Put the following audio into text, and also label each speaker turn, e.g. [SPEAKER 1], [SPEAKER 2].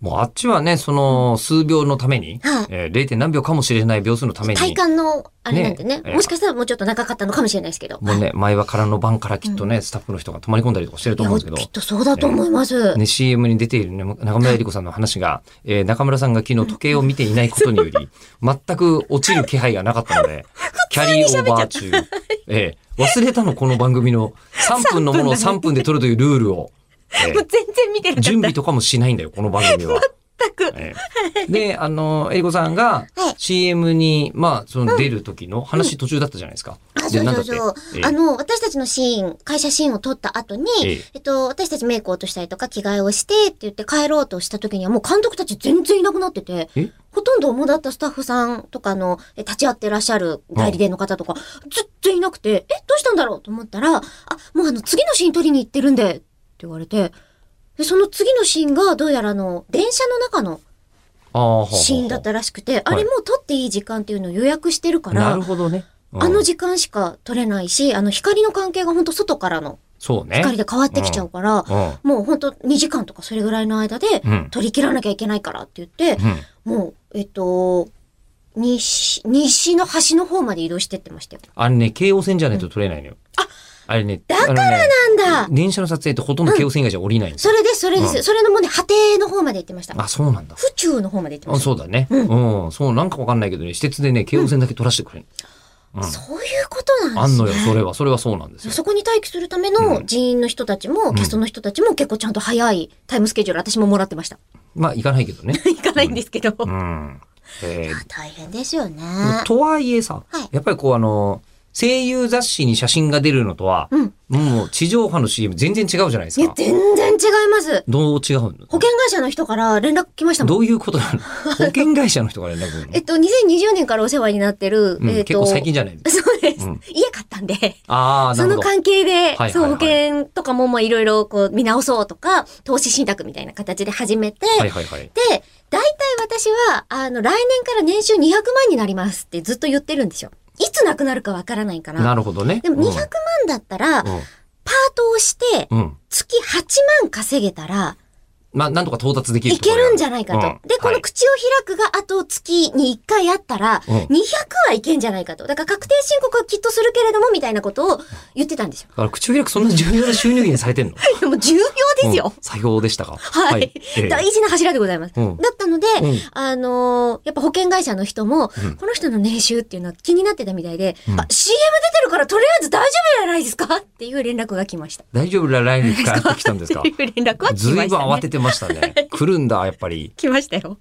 [SPEAKER 1] もうあっちはね、その、数秒のために、
[SPEAKER 2] はい
[SPEAKER 1] えー 0. 点何秒かもしれない秒数のために、
[SPEAKER 2] 体感の、あれなんでね
[SPEAKER 1] ねええ
[SPEAKER 2] もしかしたらもうちょっと長かったのかもしれないですけど。
[SPEAKER 1] もうね、前は空の晩からきっとね、スタッフの人が泊まり込んだりとかしてると思うんですけど
[SPEAKER 2] いや、きっとそうだと思います。
[SPEAKER 1] ね、CM に出ている、ね、中村江里子さんの話が、えー中村さんが昨日時計を見ていないことによ り、全く落ちる気配がなかったので、キャリーオーバー中、えー忘れたのこの番組 の3分のものを3分で撮るというルールを、えー
[SPEAKER 2] もう 全然見てなかった。
[SPEAKER 1] 準備とかもしないんだよ、この番組 は。
[SPEAKER 2] 全く。
[SPEAKER 1] ええで、あの、えりこさんが
[SPEAKER 2] はい
[SPEAKER 1] CM に、まあ、その出る時の話途中だったじゃないですか。
[SPEAKER 2] あ、
[SPEAKER 1] で
[SPEAKER 2] そう
[SPEAKER 1] なん
[SPEAKER 2] そ
[SPEAKER 1] だ
[SPEAKER 2] う
[SPEAKER 1] って
[SPEAKER 2] そう。
[SPEAKER 1] ええ
[SPEAKER 2] あの、私たちのシーン、会社シーンを撮った後に、
[SPEAKER 1] え
[SPEAKER 2] え
[SPEAKER 1] え
[SPEAKER 2] っと、私たちメイク落としたりとか着替えをしてって言って帰ろうとした時にはもう監督たち全然いなくなってて
[SPEAKER 1] え、
[SPEAKER 2] ほとんど主だったスタッフさんとかのえ立ち会ってらっしゃる代理店の方とか、ずっといなくて、え、どうしたんだろうと思ったら、あ、もうあの次のシーン撮りに行ってるんで、って言われて、で、その次のシーンがどうやらあの、電車の中の
[SPEAKER 1] あーはあはあはあ
[SPEAKER 2] シーンだったらしくて、あ
[SPEAKER 1] はい
[SPEAKER 2] れもう撮っていい時間っていうのを予約してるから、
[SPEAKER 1] なるほどね。うん
[SPEAKER 2] あの時間しか撮れないし、あの光の関係が本当外からの
[SPEAKER 1] そうね。
[SPEAKER 2] 光で変わってきちゃうから、
[SPEAKER 1] うん。
[SPEAKER 2] もう本当2時間とかそれぐらいの間で
[SPEAKER 1] うん
[SPEAKER 2] 撮り切らなきゃいけないからって言って、
[SPEAKER 1] うん
[SPEAKER 2] もう、えっと、西、西の端の方まで移動してってましたよ。
[SPEAKER 1] あれね、京王線じゃないと撮れないのよ。
[SPEAKER 2] あ
[SPEAKER 1] あれね、
[SPEAKER 2] だから
[SPEAKER 1] あのね
[SPEAKER 2] なんだ
[SPEAKER 1] 電車の撮影ってほとんど京王線以外じゃ降りないんです
[SPEAKER 2] そ
[SPEAKER 1] よ。
[SPEAKER 2] れです、それです。
[SPEAKER 1] うん
[SPEAKER 2] それのもうね、果ての方まで行ってました。
[SPEAKER 1] あ、そうなんだ。
[SPEAKER 2] 府中の方まで行って
[SPEAKER 1] あ
[SPEAKER 2] ました。
[SPEAKER 1] そうだね。うん、そう、なんかわかんないけどね、私鉄でね、京王線だけ撮らせてくれる。うん
[SPEAKER 2] そういうことな
[SPEAKER 1] あん
[SPEAKER 2] んです
[SPEAKER 1] の
[SPEAKER 2] ね。
[SPEAKER 1] よ、それは。それはそうなんですよ。
[SPEAKER 2] そこに待機するための人員の人たちも、キャストの人たちも結構ちゃんと早いタイムスケジュール私ももらってました。
[SPEAKER 1] まあ、行かないけどね。
[SPEAKER 2] 行かないんですけど。
[SPEAKER 1] うん。えー
[SPEAKER 2] 大変ですよね。
[SPEAKER 1] とはいえさ、
[SPEAKER 2] はい
[SPEAKER 1] やっぱりこうあの、声優雑誌に写真が出るのとは、
[SPEAKER 2] うん
[SPEAKER 1] もう地上波の CM 全然違うじゃないで
[SPEAKER 2] い
[SPEAKER 1] す
[SPEAKER 2] や
[SPEAKER 1] か、。
[SPEAKER 2] 全然違います。
[SPEAKER 1] どう違うの
[SPEAKER 2] 保険会社の人から連絡来ましたもん。
[SPEAKER 1] どういうこと なの保険会社の人から連絡来るの
[SPEAKER 2] えっと、2020年からお世話になってる、
[SPEAKER 1] うん
[SPEAKER 2] えっと、
[SPEAKER 1] 結構最近じゃない
[SPEAKER 2] そうです。
[SPEAKER 1] うん
[SPEAKER 2] 家買ったんで、
[SPEAKER 1] ああ、な
[SPEAKER 2] そ
[SPEAKER 1] る
[SPEAKER 2] の
[SPEAKER 1] ほど。
[SPEAKER 2] 関係で、
[SPEAKER 1] はい
[SPEAKER 2] そう、
[SPEAKER 1] はい
[SPEAKER 2] 保
[SPEAKER 1] はい
[SPEAKER 2] 険とかももういろいろこう見直そうとか、投資信託みたいな形で始めて、
[SPEAKER 1] はいはいはい。
[SPEAKER 2] で、大体私は、あの、来年から年収200万になりますってずっと言ってるんですよ。いつなくなるかわからないから。
[SPEAKER 1] なるほどね。
[SPEAKER 2] でも200万だったら、パートをして、
[SPEAKER 1] うん。うん。
[SPEAKER 2] 月8万稼げたら、
[SPEAKER 1] まあ、なんとか到達できる
[SPEAKER 2] い
[SPEAKER 1] とこ
[SPEAKER 2] け
[SPEAKER 1] ろが
[SPEAKER 2] るんじゃないかと。
[SPEAKER 1] うん
[SPEAKER 2] で、こ
[SPEAKER 1] は
[SPEAKER 2] の
[SPEAKER 1] い
[SPEAKER 2] 口を開くがあと月に1回あったら、
[SPEAKER 1] うん
[SPEAKER 2] 200はいけんじゃないかと。だから確定申告はきっとするけれども、みたいなことを言ってたんですよ。
[SPEAKER 1] だから口を開くそんな重要な収入源にされてんの
[SPEAKER 2] でも重要ですよ。
[SPEAKER 1] うん作業でしたか。
[SPEAKER 2] はい、
[SPEAKER 1] ええ
[SPEAKER 2] 大事な柱でございます。
[SPEAKER 1] うん
[SPEAKER 2] だったので、
[SPEAKER 1] うん
[SPEAKER 2] あのーやっぱ保険会社の人も、
[SPEAKER 1] うん
[SPEAKER 2] この人の年収っていうのは気になってたみたいで、
[SPEAKER 1] うん
[SPEAKER 2] あ CM 出てるからとりあえず大丈夫じゃないですかっていう連絡が来ました。
[SPEAKER 1] 大丈夫ら 来年からやってきたんですか
[SPEAKER 2] っていう連絡は来ました、ね。
[SPEAKER 1] ずいぶん慌ててましたね。来るんだ、やっぱり。
[SPEAKER 2] 来ましたよ。